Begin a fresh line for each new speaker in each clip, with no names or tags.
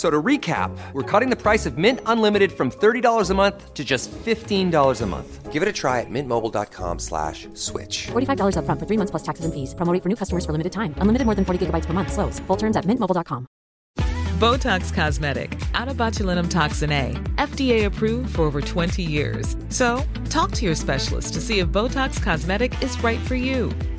So to recap, we're cutting the price of Mint Unlimited from $30 a month to just $15 a month. Give it a try at mintmobile.com slash switch.
$45 up front for three months plus taxes and fees. Promo rate for new customers for limited time. Unlimited more than 40 gigabytes per month. Slows. Full terms at mintmobile.com.
Botox Cosmetic, out of botulinum toxin A, FDA approved for over 20 years. So, talk to your specialist to see if Botox Cosmetic is right for you.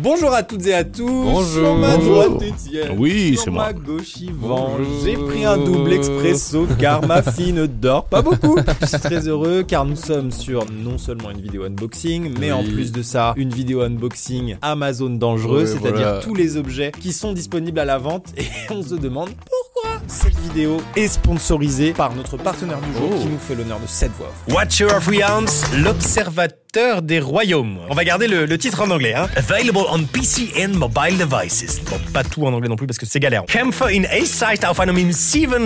Bonjour à toutes et à tous. Sur ma droite, Étienne.
Oui,
Sur
c'est
ma
moi.
gauche, Yvan.
Bonjour.
J'ai pris un double expresso car ma fille ne dort pas beaucoup. Je suis très heureux car nous sommes sur non seulement une vidéo unboxing, mais
Oui.
en plus de ça, une vidéo unboxing Amazon dangereux,
Oui,
c'est-à-dire
voilà.
tous les objets qui sont disponibles à la vente et on se demande pourquoi cette vidéo est sponsorisée par notre partenaire du jour
Oh.
qui nous fait l'honneur de cette voix. Watcher of Realms, l'observateur des royaumes. On va garder le, le titre en anglais. Hein. Available on PC and mobile devices. Bon, pas tout en anglais non plus parce que c'est galère. Kämpfer in Echtzeit auf einem im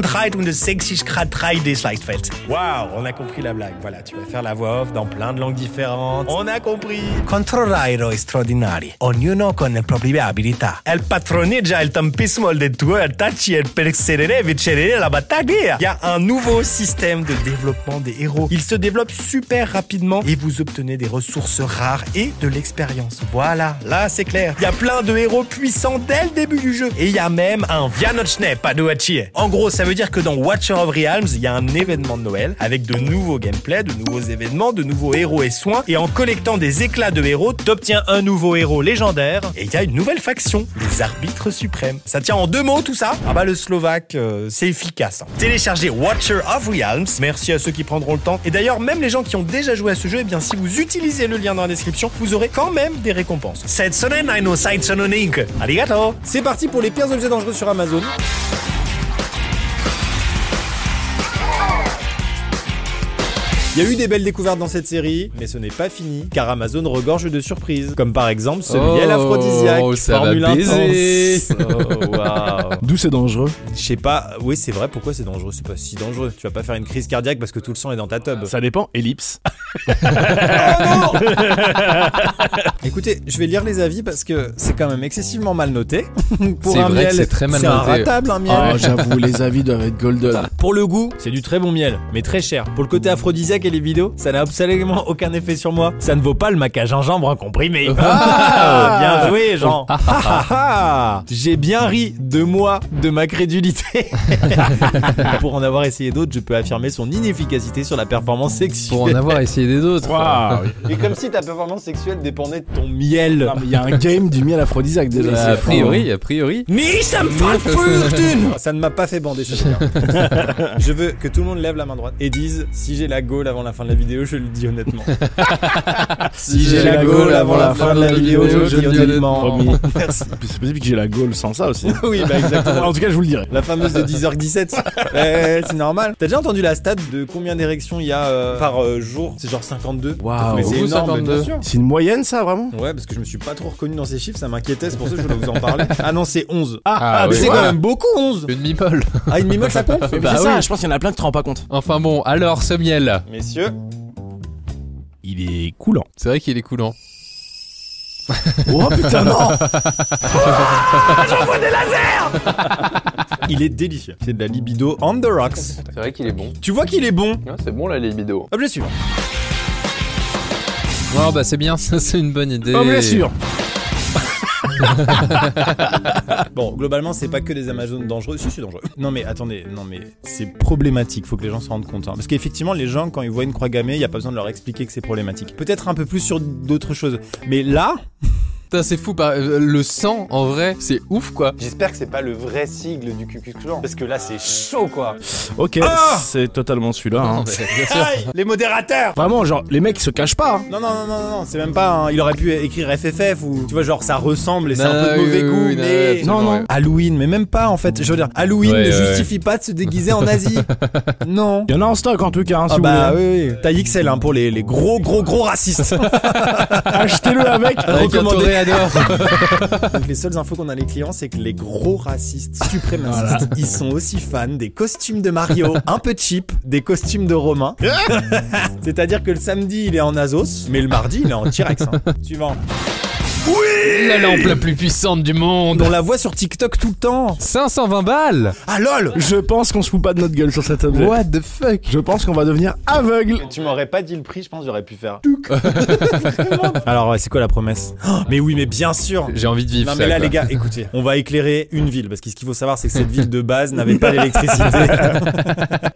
37 Grad 3D Schlachtfeld. Waouh, on a compris la blague. Voilà, tu vas faire la voix off dans plein de langues différentes. On a compris. Controllairo straordinari. Ognuno con le proprie abilità. El patroneggia il tempismo del tuo attacci e perseverare vincere la battaglia. Il y a un nouveau système de développement des héros. Il se développe super rapidement et vous obtenez des ressources rares et de l'expérience. Voilà, là c'est clair. Il y a plein de héros puissants dès le début du jeu. Et il y a même un Vianochne Padoachie. En gros, ça veut dire que dans Watcher of Realms, il y a un événement de Noël avec de nouveaux gameplays, de nouveaux événements, de nouveaux héros et soins. Et en collectant des éclats de héros, t'obtiens un nouveau héros légendaire. Et il y a une nouvelle faction, les Arbitres Suprêmes. Ça tient en deux mots tout ça Ah bah le Slovaque, euh, c'est efficace. hein. Téléchargez Watcher of Realms. Merci à ceux qui prendront le temps. Et d'ailleurs, même les gens qui ont déjà joué à ce jeu, eh bien si vous utilisez le lien dans la description, vous aurez quand même des récompenses. Cette semaine, I know Arigato C'est parti pour les pires objets dangereux sur Amazon. Il y a eu des belles découvertes dans cette série, mais ce n'est pas fini, car Amazon regorge de surprises, comme par exemple ce miel aphrodisiaque,
Oh, ça
formule
va baiser.
intense. Oh, waouh.
D'où c'est dangereux
Je sais pas, oui c'est vrai, pourquoi c'est dangereux C'est pas si dangereux, tu vas pas faire une crise cardiaque parce que tout le sang est dans ta tub. Oh
Ça dépend, ellipse.
Écoutez, je vais lire les avis parce que c'est quand même excessivement mal noté. Pour
C'est
un
vrai que
miel,
c'est très mal
C'est un
noté.
ratable un miel.
Ah, j'avoue, les avis doivent être golden.
Pour le goût, c'est du très bon miel, mais très cher. Pour le côté aphrodisiaque et les vidéos, ça n'a absolument aucun effet sur moi. Ça ne vaut pas le mac à gingembre en comprimé. Ah, bien joué, Jean. Ah, ah, ah. J'ai bien ri de moi, de ma crédulité. Pour en avoir essayé d'autres, je peux affirmer son inefficacité sur la performance sexuelle.
Pour en avoir essayé des autres.
Waouh
Et comme si ta performance sexuelle dépendait de ton miel.
Non, mais Il y a un game du miel aphrodisiaque déjà.
Bah,
c'est
a
fou, hein.
priori, a priori.
Mais ça me fortune Ça ne m'a pas fait bander, ça d'ailleurs. Je veux que tout le monde lève la main droite et dise si j'ai la gaule avant la fin de la vidéo, je le dis honnêtement. si j'ai la gaule avant la fin de la vidéo, je le dis honnêtement.
Promis.
Merci.
C'est possible que j'ai la gaule sans ça aussi.
Oui, bah exactement.
en tout cas, je vous le dirai.
La fameuse de 10h17. Euh, c'est normal. T'as déjà entendu la stat de combien d'érections il y a euh, par euh, jour C'est genre 52.
Waouh.
Mais c'est
Beaucoup,
énorme,
52.
bien sûr.
C'est une moyenne, ça, vraiment
Ouais, parce que je me suis pas trop reconnu dans ces chiffres, ça m'inquiétait, c'est pour ça que je voulais vous en parler. Ah non, c'est 11.
Ah,
mais
oui,
c'est quand
voilà.
même beaucoup 11
Une mimole.
Ah, une mimole, ça compte
Mais
Bah
c'est ça,
oui.
je pense qu'il y en a plein qui te rends pas compte.
Enfin bon, alors ce miel,
Messieurs,
Il est coulant.
c'est vrai qu'il est hein. coulant.
Oh putain, non
il est délicieux. C'est de la libido on the rocks.
C'est vrai qu'il est bon.
Tu vois qu'il est bon
Ouais, c'est bon la libido.
Objet suivant.
Oh bah c'est bien, ça c'est une bonne idée.
Oh, bien sûr
Bon, globalement, c'est pas que des Amazones dangereux. Si, c'est dangereux. Non, mais attendez, non, mais c'est problématique. Faut que les gens se rendent compte. hein. Parce qu'effectivement, les gens, quand ils voient une croix gammée, il y a pas besoin de leur expliquer que c'est problématique. Peut-être un peu plus sur d'autres choses. Mais là.
Putain, c'est fou. par- euh, Le sang, en vrai, c'est ouf, quoi.
J'espère que c'est pas le vrai sigle du Cucus Clan. Parce que là, c'est chaud, quoi.
Ok,
Ah
c'est totalement celui-là. hein.
Non, mais, bien sûr.
Les modérateurs
Vraiment, genre, les mecs, ils se cachent pas. hein.
Non, non, non, non, non, non, c'est même pas. un- Il aurait pu écrire FFF ou. Tu vois, genre, ça ressemble et c'est un
Non,
peu de mauvais
Bah oui,
goût,
oui, non,
mais.
absolument,
Non, non.
ouais.
Halloween, mais même pas, en fait. Je veux dire, Halloween
Ouais,
ne
ouais, ouais.
justifie pas de se déguiser en Asie. non.
Il y en a en stock, en tout cas, hein, si
Ah
vous
bah
voulez.
oui, oui. T'as XL hein, pour les, les gros, gros, gros racistes.
Achetez-le avec.
Avec un
recommandé.
toréador.
Donc les seules infos qu'on a les clients, c'est que les gros racistes suprémacistes, ils sont aussi fans des costumes de Mario, un peu cheap, des costumes de Romain. C'est-à-dire que le samedi, il est en Azos, mais le mardi, il est en T-Rex. hein. Suivant.
La lampe la plus puissante du monde.
On la voit sur TikTok tout le temps.
520 balles
Ah lol
Je pense qu'on se fout pas de notre gueule sur cet objet.
What the fuck
Je pense qu'on va devenir aveugle.
tu m'aurais pas dit le prix, je pense j'aurais pu faire. Alors ouais, c'est quoi la promesse Oh, Mais oui, mais bien sûr.
J'ai envie de vivre
Non
ça,
mais là
quoi.
les gars, écoutez, on va éclairer une ville parce que ce qu'il faut savoir c'est que cette ville de base n'avait pas l'électricité.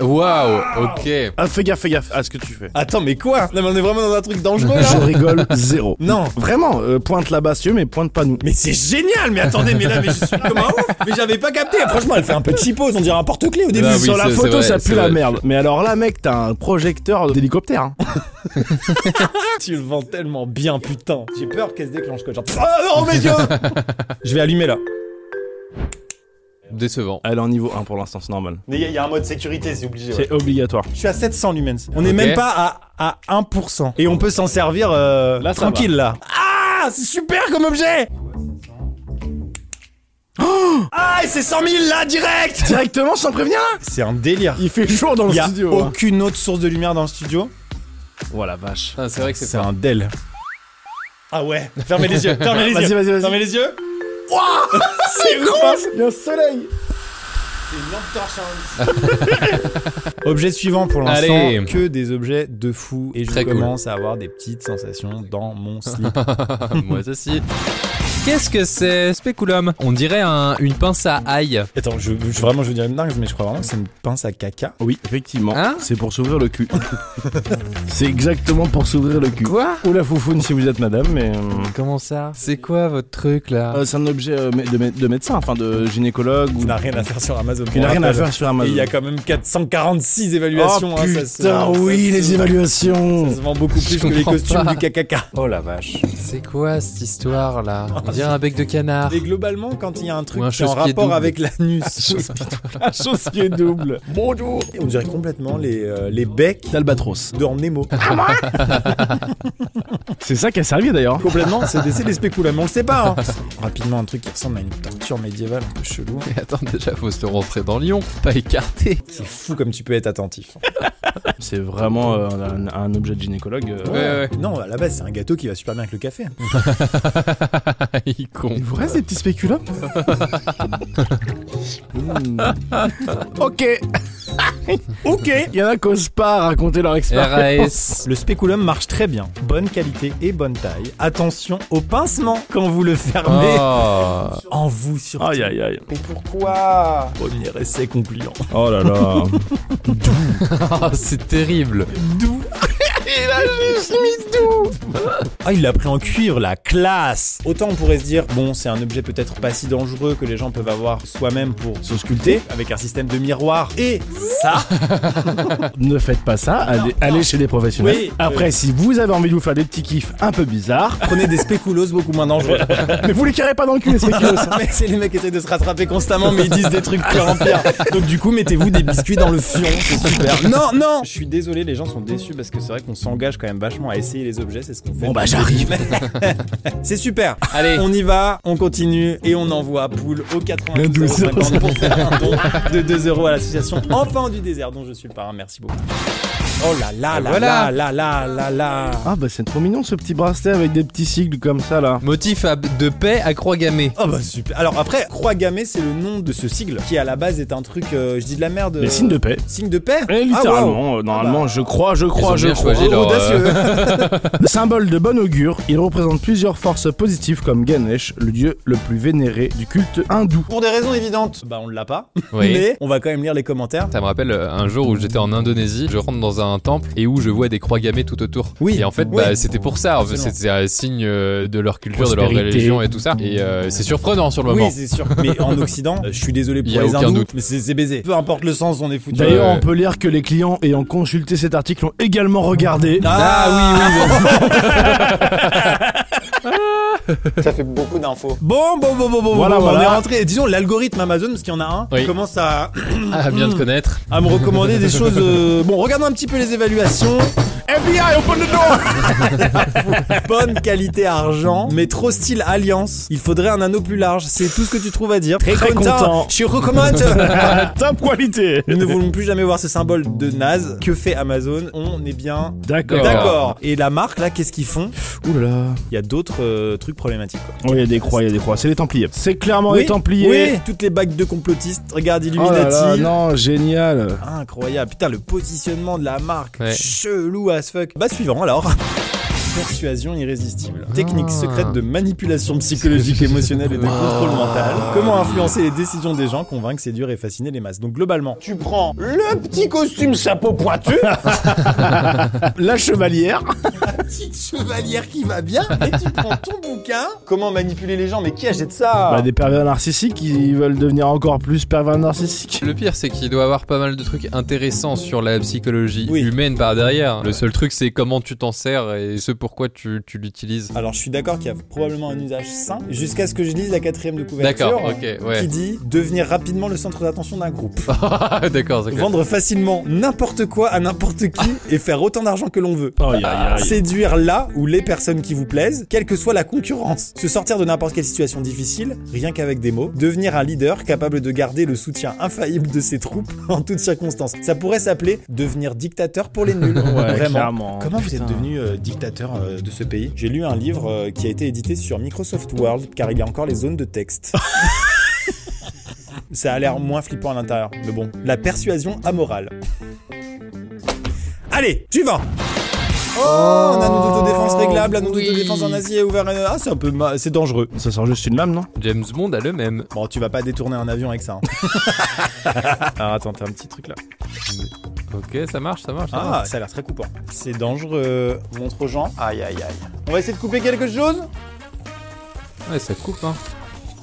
Waouh, ok.
Ah, fais gaffe, fais gaffe à ce que tu fais.
Attends mais quoi Non mais on est vraiment dans un truc dangereux
Je
là.
rigole zéro.
Non.
Vraiment, euh, pointe là-bas, si tu veux, mais pointe pas nous.
Mais c'est génial Mais attendez, mais là, mais je suis comme un ouf Mais j'avais pas capté Franchement, elle fait un peu cheapos, on dirait un porte-clé au début
Ah oui,
sur la
c'est-
photo,
c'est vrai,
ça
c'est
pue la
vrai.
merde. Mais alors là, mec, t'as un projecteur d'hélicoptère. hein.
Tu le vends tellement bien, putain J'ai peur qu'elle se déclenche, quoi, genre... Oh non, mes yeux Je vais allumer, là.
Décevant.
Elle est en niveau 1 pour l'instant, c'est normal.
Il y, a un mode sécurité, c'est obligé,
C'est obligatoire.
Je suis à 700 lumens. On est
Ok.
même pas à, à 1%. Et on peut s'en servir euh,
Là, ça
tranquille, là. Ah C'est super comme objet Oh Ah, et c'est 100 000, là, direct
Directement sans prévenir là
C'est un délire
Il fait chaud dans le
Il y a
studio. hein.
aucune autre source de lumière dans le studio.
Oh la vache.
Ah, c'est vrai que c'est
C'est
fort.
un Dell. Ah ouais, fermez les yeux, fermez les
Vas-y,
yeux.
vas-y, vas-y.
Fermez les yeux. Wouah C'est ouf, hein.
Il y a un soleil
C'est une lampe torche Objet suivant pour l'instant,
Allez.
que des objets de fou et je
Très cool.
commence à avoir des petites sensations dans mon slip.
Moi aussi. Qu'est-ce que c'est, spéculum On dirait un- une pince à ail.
Attends, je, je- vraiment je veux dire une dingue, mais je crois vraiment que c'est une pince à caca.
Oui, effectivement.
Hein
c'est pour s'ouvrir le cul. c'est exactement pour s'ouvrir le cul.
Quoi
Ou la foufoune si vous êtes madame, mais... euh,
Comment ça C'est quoi votre truc là
euh, c'est un objet euh, mé- de, mé- de médecin, enfin de gynécologue ou...
On n'a rien à faire sur Amazon.
Il n'a
on
rien à
rappelle.
faire sur Amazon.
Et il y a quand même 446 évaluations.
oh
hein,
putain,
ça se- ça
oui,
se-
les évaluations
Ça se vend beaucoup plus
Je
que les
comprends
costumes
pas.
du caca.
Oh la vache.
C'est quoi cette histoire là On dirait un bec de canard.
Et globalement, quand il y a un truc
Ou un
qui est en
chausse-pied
rapport
double.
avec l'anus,
Chausse-
un chausse-pied double. Bonjour. On dirait complètement les, euh, les becs
D'Albatros.
de Nemo.
C'est ça qui a servi d'ailleurs.
complètement, c'est des, c'est des spéculums, on le sait pas. hein. Rapidement, un truc qui ressemble à une torture médiévale un peu chelou.
Mais attends, déjà faut se rentrer dans Lyon, faut pas écarter.
C'est fou comme tu peux être attentif.
C'est vraiment euh, un, un objet de gynécologue. euh.
Ouais,
Non, à la base, c'est un gâteau qui va super bien avec le café. hein.
ouais. Il con.
Il vous reste des petits spéculums Mmh. Ok. ok. Il y en a qui osent pas raconter leur expérience.
RAS.
Le spéculum marche très bien. Bonne qualité et bonne taille. Attention au pincement quand vous le fermez.
Oh.
En vous sur.
Aïe aïe aïe.
Mais pourquoi Premier essai concluant.
Oh là là.
Oh, c'est terrible.
Doux. Ah, il l'a pris en cuivre, la classe Autant on pourrait se dire, bon, c'est un objet peut-être pas si dangereux que les gens peuvent avoir soi-même pour se sculpter, avec un système de miroir. Et ça
ne faites pas ça. Allez, allez chez des professionnels.
Oui.
Après, si vous avez envie de vous faire des petits kiffs un peu bizarres,
Prenez des spéculoos beaucoup moins dangereux.
mais vous les carrez pas dans le cul les spéculos.
Mais c'est les mecs qui essayent de se rattraper constamment, mais ils disent des trucs pire en pire. Donc du coup, mettez-vous des biscuits dans le fion, c'est super. Non, non Je suis désolé, les gens sont déçus parce que c'est vrai qu'on s'engage quand même vachement à essayer les objets, c'est ce qu'on fait.
Bon, bah, j'arrive.
c'est super
Allez.
On y va, on continue et on envoie Poule au 92
12 euros.
50 pour faire un don de 2 euros à l'association Enfants du désert dont je suis le parrain. Merci beaucoup. Oh là là là
Voilà.
là là là là là
Ah bah c'est trop mignon ce petit bracelet avec des petits sigles comme ça là.
Motif à- de paix à croix gammée.
Oh bah super. Alors après, croix gammée, c'est le nom de ce sigle qui à la base est un truc, euh, je dis de la merde.
Les
euh,
signes de paix.
Signe de paix
Et
Ah,
Eh,
Oh,
littéralement,
waouh.
euh, normalement, je crois, je
Ils ont
crois, je
bien
crois.
choisi leur, euh,
Audacieux.
Symbole de bonne augure. Il représente plusieurs forces positives comme Ganesh, le dieu le plus vénéré du culte hindou.
Pour des raisons évidentes, bah on l'a pas.
Oui.
Mais on va quand même lire les commentaires.
Ça me rappelle euh, un jour où j'étais en Indonésie, je rentre dans un temple et où je vois des croix gammées tout autour.
Oui.
Et en fait,
Oui.
bah, c'était pour ça.
Absolument.
C'était un signe euh, de leur culture, de leur
Prospérité.
religion et tout ça. Et euh, c'est surprenant sur le
Oui,
moment.
c'est sûr. Mais en Occident, euh, je suis désolé pour
Y a
les
aucun
hindous,
doute.
mais c'est c'est baisé. Peu importe le sens, on est foutu. Euh,
D'ailleurs,
Ouais.
on peut lire que les clients ayant consulté cet article ont également regardé.
Ah, oui,
Ça fait beaucoup d'infos.
oui. Bon, bon, bon, bon, bon.
Voilà,
bon,
voilà.
On est rentré. Disons, l'algorithme Amazon, parce qu'il y en a un,
Oui.
commence à,
Ah, bien de
Mm.
connaître.
à me recommander des choses. euh, Bon, regardons un petit peu les évaluations.
FBI, open the door
Bonne qualité argent, mais trop style alliance. Il faudrait un anneau plus large. C'est tout ce que tu trouves à dire. Très,
content.
Je recommande.
Top qualité
Nous ne voulons plus jamais voir ce symbole de naze. Que fait Amazon On est bien
D'accord.
d'accord. Et la marque, là, qu'est-ce qu'ils font
Ouh là là.
Il y a d'autres euh, trucs problématiques. Quoi.
Oui, il y a des croix, il y a des croix. C'est les Templiers. C'est clairement les Templiers.
Oui, toutes les bagues de complotistes. Regarde
Oh là
Illuminati.
là, non, génial.
Incroyable. Putain, le positionnement de la marque.
Ouais.
Chelou as fuck. Bah, suivant alors. Persuasion
Ah.
irrésistible. Technique secrète de manipulation psychologique, émotionnelle et de
Ah.
contrôle mental. Comment influencer les décisions des gens, convaincre, séduire et fasciner les masses. Donc, globalement,
Tu prends le petit costume chapeau pointu,
La chevalière.
petite chevalière qui va bien, et tu prends ton bouquin. Comment manipuler les gens, mais qui achète ça
Bah, des pervers narcissiques qui veulent devenir encore plus pervers narcissiques.
Le pire, c'est qu'il doit avoir pas mal de trucs intéressants sur la psychologie
Oui.
humaine par derrière. Le seul truc, c'est comment tu t'en sers et ce pourquoi tu, tu l'utilises.
Alors je suis d'accord qu'il y a probablement un usage sain, jusqu'à ce que je lise la quatrième de couverture.
D'accord, ok,
Qui
ouais.
dit devenir rapidement le centre d'attention d'un groupe.
Ah, D'accord, c'est clair.
Vendre facilement n'importe quoi à n'importe qui et faire autant d'argent que l'on veut.
Ah.
Ah,
Aïe, aïe, aïe.
Séduire là ou les personnes qui vous plaisent, quelle que soit la concurrence. Se sortir de n'importe quelle situation difficile, rien qu'avec des mots. Devenir un leader capable de garder le soutien infaillible de ses troupes en toutes circonstances. Ça pourrait s'appeler devenir dictateur pour les nuls.
Ouais,
Vraiment.
clairement.
Comment vous êtes devenu euh, dictateur euh, de ce pays J'ai lu un livre euh, qui a été édité sur Microsoft Word car il y a encore les zones de texte. Ça a l'air moins flippant à l'intérieur, mais bon. La persuasion amorale. Allez, suivant Oh, on a nos autodéfenses réglables, nos
oui.
autodéfenses en acier ouvert. Ah, c'est un peu. ma- C'est dangereux.
Ça sort juste une lame, non
James Bond a le même.
Bon, tu vas pas détourner un avion avec ça. hein. Alors attends, t'as un petit truc là.
Ok, ça marche, ça marche. ça
Ah,
marche.
ça a l'air très coupant. C'est dangereux. Montre aux gens. Aïe, aïe, aïe. On va essayer de couper quelque chose
Ouais, ça coupe, hein.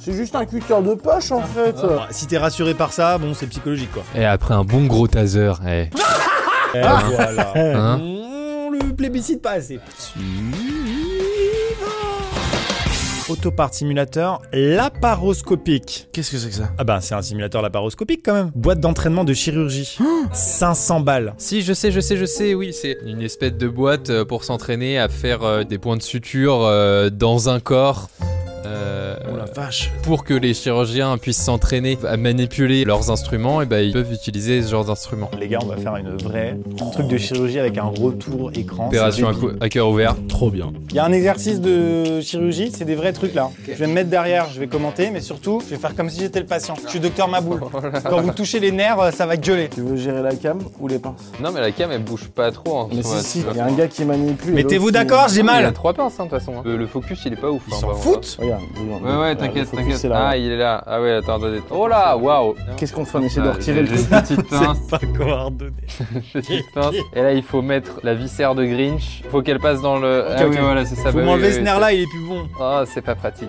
c'est juste un cutter de poche en fait.
Bon, Bah, Si t'es rassuré par ça, bon, c'est psychologique quoi.
Et après un bon gros taser, eh.
Eh, voilà.
Hein
On le plébiscite pas assez. Suivant. Autopart simulateur laparoscopique.
Qu'est-ce que c'est que ça
Ah ben c'est un simulateur laparoscopique quand même. Boîte d'entraînement de chirurgie. 500 balles.
Si, je sais, je sais, je sais, oui, c'est une espèce de boîte euh, pour s'entraîner à faire euh, des points de suture euh, dans un corps. euh,
Oh la vache.
pour que les chirurgiens puissent s'entraîner à manipuler leurs instruments, et ben ils peuvent utiliser ce genre d'instruments.
Les gars, on va faire une vraie truc de chirurgie avec un retour écran.
Opération à, cou- à cœur ouvert.
Trop bien.
Il y a un exercice de chirurgie, c'est des vrais trucs là. Je vais me mettre derrière, je vais commenter, mais surtout, je vais faire comme si j'étais le patient. Je suis docteur Maboul.
Oh
Quand vous touchez les nerfs, euh, ça va gueuler.
Tu veux gérer la cam ou les pinces
Non, mais la cam elle bouge pas trop.
Mais si, si, il y a un gars qui manipule. et
Mettez-vous
l'autre qui-
d'accord, j'ai mal.
trois pinces, hein, de toute façon. Le focus, il est pas ouf. Ils
S'en foutent
Regarde, regarde.
Ouais, ouais,
Voilà,
t'inquiète,
faut
t'inquiète.
pousser là. hein.
Ah, il est là. Ah, ouais, attends, attends. Ah, attends. Oh là, waouh.
Qu'est-ce qu'on fait On essaie de retirer le truc.
petite pince,
Pas coordonné.
petite pince. Et là, il faut mettre la viscère de Grinch. Faut qu'elle passe dans le. Ah,
ok.
oui, voilà, c'est ça.
Vous
bah oui,
m'enlevez
oui,
ce
oui,
nerf là, il est plus bon.
c'est- Oh, c'est pas pratique.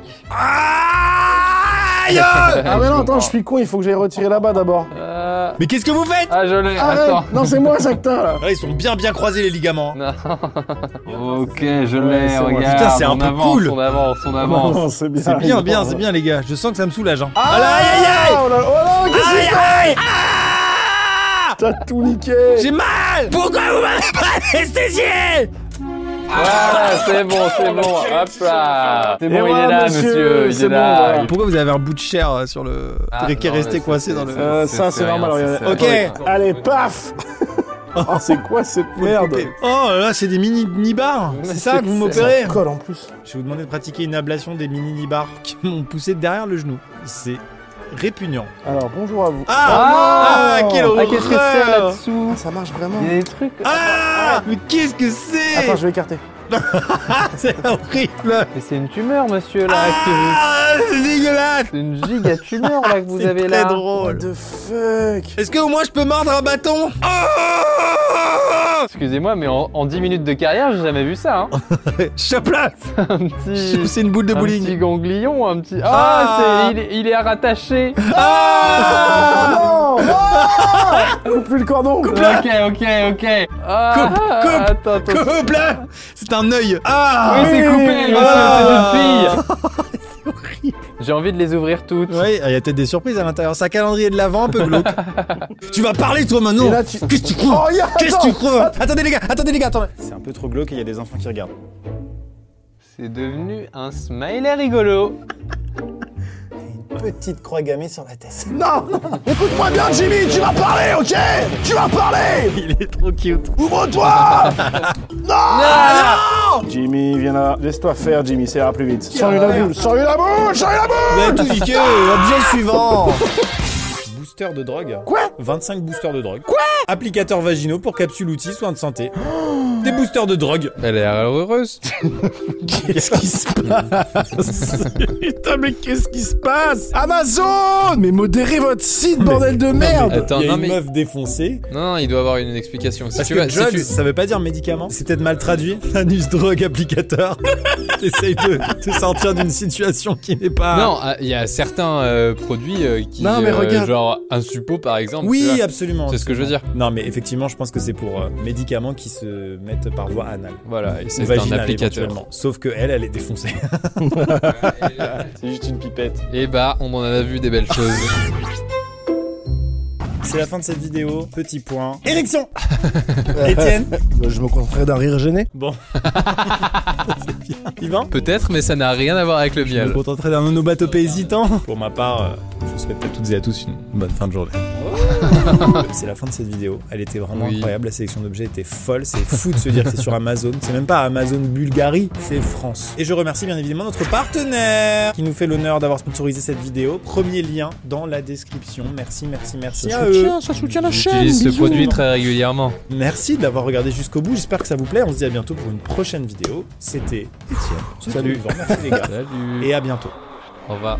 Aïe
Ah, mais non, attends, je suis con, il faut que j'aille retirer là-bas d'abord.
Euh,
Mais qu'est-ce que vous faites
Ah, je l'ai.
Arrête
Attends.
Non, c'est moi, Zactin, là
Là, Ah, ils sont bien bien croisés les ligaments.
Non. ok, je
Ouais,
l'ai,
c'est bon.
regarde.
Putain, c'est un
on
peu
avance,
cool.
On avance, on
Non,
avance.
non, c'est bien.
C'est bien, bien, c'est bien, les gars. Je sens que ça me soulage. Hein. Ah là, aïe, aïe, aïe
Ah, oh là là, oh non, qu'est-ce que c'est
Ah
T'as tout niqué
J'ai mal Pourquoi vous m'avez pas anesthésié
Voilà, c'est bon, c'est bon. Hop là. C'est
Et
bon, il est
voilà,
là,
monsieur,
monsieur. Il
c'est
est
bon,
là.
voilà.
Il-
Pourquoi vous avez un bout de chair euh, sur le
Ah,
truc qui est
non,
resté
mais
coincé
c'est-
dans le...
Euh, ça, c'est normal,
rien,
regardez.
c'est-
Ok.
Allez, paf Oh, c'est quoi cette merde
Oh là là, c'est des mini nibars C'est ça que vous m'opérez
Colle en plus.
Je vais vous demander de pratiquer une ablation des mini nibars qui m'ont poussé derrière le genou. C'est répugnant.
Alors, bonjour à vous.
Ah,
non
ah, quelle
Ah, qu'est-ce que c'est
horreur
là-dessous
Ça marche vraiment
Il y a des trucs.
Ah Mais qu'est-ce que c'est
Attends, je vais écarter.
c'est horrible
Mais c'est une tumeur, monsieur, là,
Ah.
que
vous... c'est dégueulasse
C'est une giga tumeur, là, que vous avez là
très drôle.
de
fuck Est-ce que au moins je peux mordre un bâton
Ah
Excusez-moi, mais en, en 10 minutes de carrière, j'ai jamais vu ça, hein
Chope là
Un petit...
C'est une boule de bowling.
Un petit ganglion, un petit...
Ah
Ah, c'est- il, est- il est à rattacher
Ah
Coupe le cordon Ok, ok, ok ah,
Coupe, coupe,
attends, attends.
Coupe là C'est un œil Ah
Oui, c'est coupé, monsieur,
Ah
c'est une fille J'ai envie de les ouvrir toutes.
Oui, il y a peut-être des surprises à l'intérieur. Sa calendrier de l'avant, un peu glauque.
Tu vas parler toi maintenant
Et là, tu-
Qu'est-ce que tu
Oh,
crois
regarde,
Qu'est-ce que
attends,
tu crois
attends.
Attendez les gars, attendez les gars, attendez
C'est un peu trop glauque et il y a des enfants qui regardent.
C'est devenu un smiley rigolo
Petite croix gammée sur la tête.
Non, non, non. Écoute-moi bien, Jimmy, tu vas parler, ok Tu vas parler
Il est trop cute.
Ouvre-toi Non, Jimmy, viens là. Laisse-toi faire, Jimmy, ça ira plus vite. Sors-lui la boule, sors-lui la boule, sors-lui la boule
Vous avez tout niqué Objet suivant Booster de drogue. Quoi 25 boosters de drogue. Quoi Applicateurs vaginaux pour capsule outils, soins de santé. Des boosters de drogue.
Elle a l'air heureuse.
Qu'est-ce qui se
passe Putain, mais qu'est-ce qui se passe Amazon Mais modérez votre site, bordel de merde
Attends,
il y a
non,
une
mais-
meuf défoncée.
Non, non, il doit avoir une, une explication. Si
Parce
tu
que
vas- si
drugs,
tu-
ça veut pas dire médicament. C'est peut-être mal traduit. Anus drogue applicateur. T'essayes de te sortir d'une situation qui n'est pas.
Non, ah, il y a certains euh, produits euh, qui.
Non, mais
euh,
regarde.
genre un suppo par exemple. tu
Oui,
vois.
absolument.
C'est ce que je veux dire.
Non, mais effectivement, je pense que c'est pour euh, médicaments qui se mettent par voie anale.
Voilà, et
Ou
c'est un
vaginale,
applicateur.
éventuellement. Sauf que elle, elle est défoncée.
C'est juste une pipette.
Et bah, on en a vu des belles choses.
c'est la fin de cette vidéo. Petit point. Érection Étienne
Je me contenterai d'un rire gêné.
Bon. Yvan
Peut-être, mais ça n'a rien à voir avec le
Je me
miel.
contenterai d'un onomatopée hésitant. Euh, Pour ma part, euh, je vous souhaite à toutes et à tous une bonne fin de journée. Oh. c'est la fin de cette vidéo. Elle était vraiment
Oui.
incroyable. La sélection d'objets était folle. C'est fou de se dire que c'est sur Amazon. C'est même pas Amazon Bulgarie, c'est France. Et je remercie bien évidemment notre partenaire qui nous fait l'honneur d'avoir sponsorisé cette vidéo. Premier lien dans la description. Merci, merci, merci à eux.
ça soutient la
J'utilise ce produit très régulièrement.
Merci d'avoir regardé jusqu'au bout. J'espère que ça vous plaît. On se dit à bientôt pour une prochaine vidéo. C'était Étienne.
Salut.
Je vous remercie les gars.
Salut.
Et à bientôt.
Au revoir.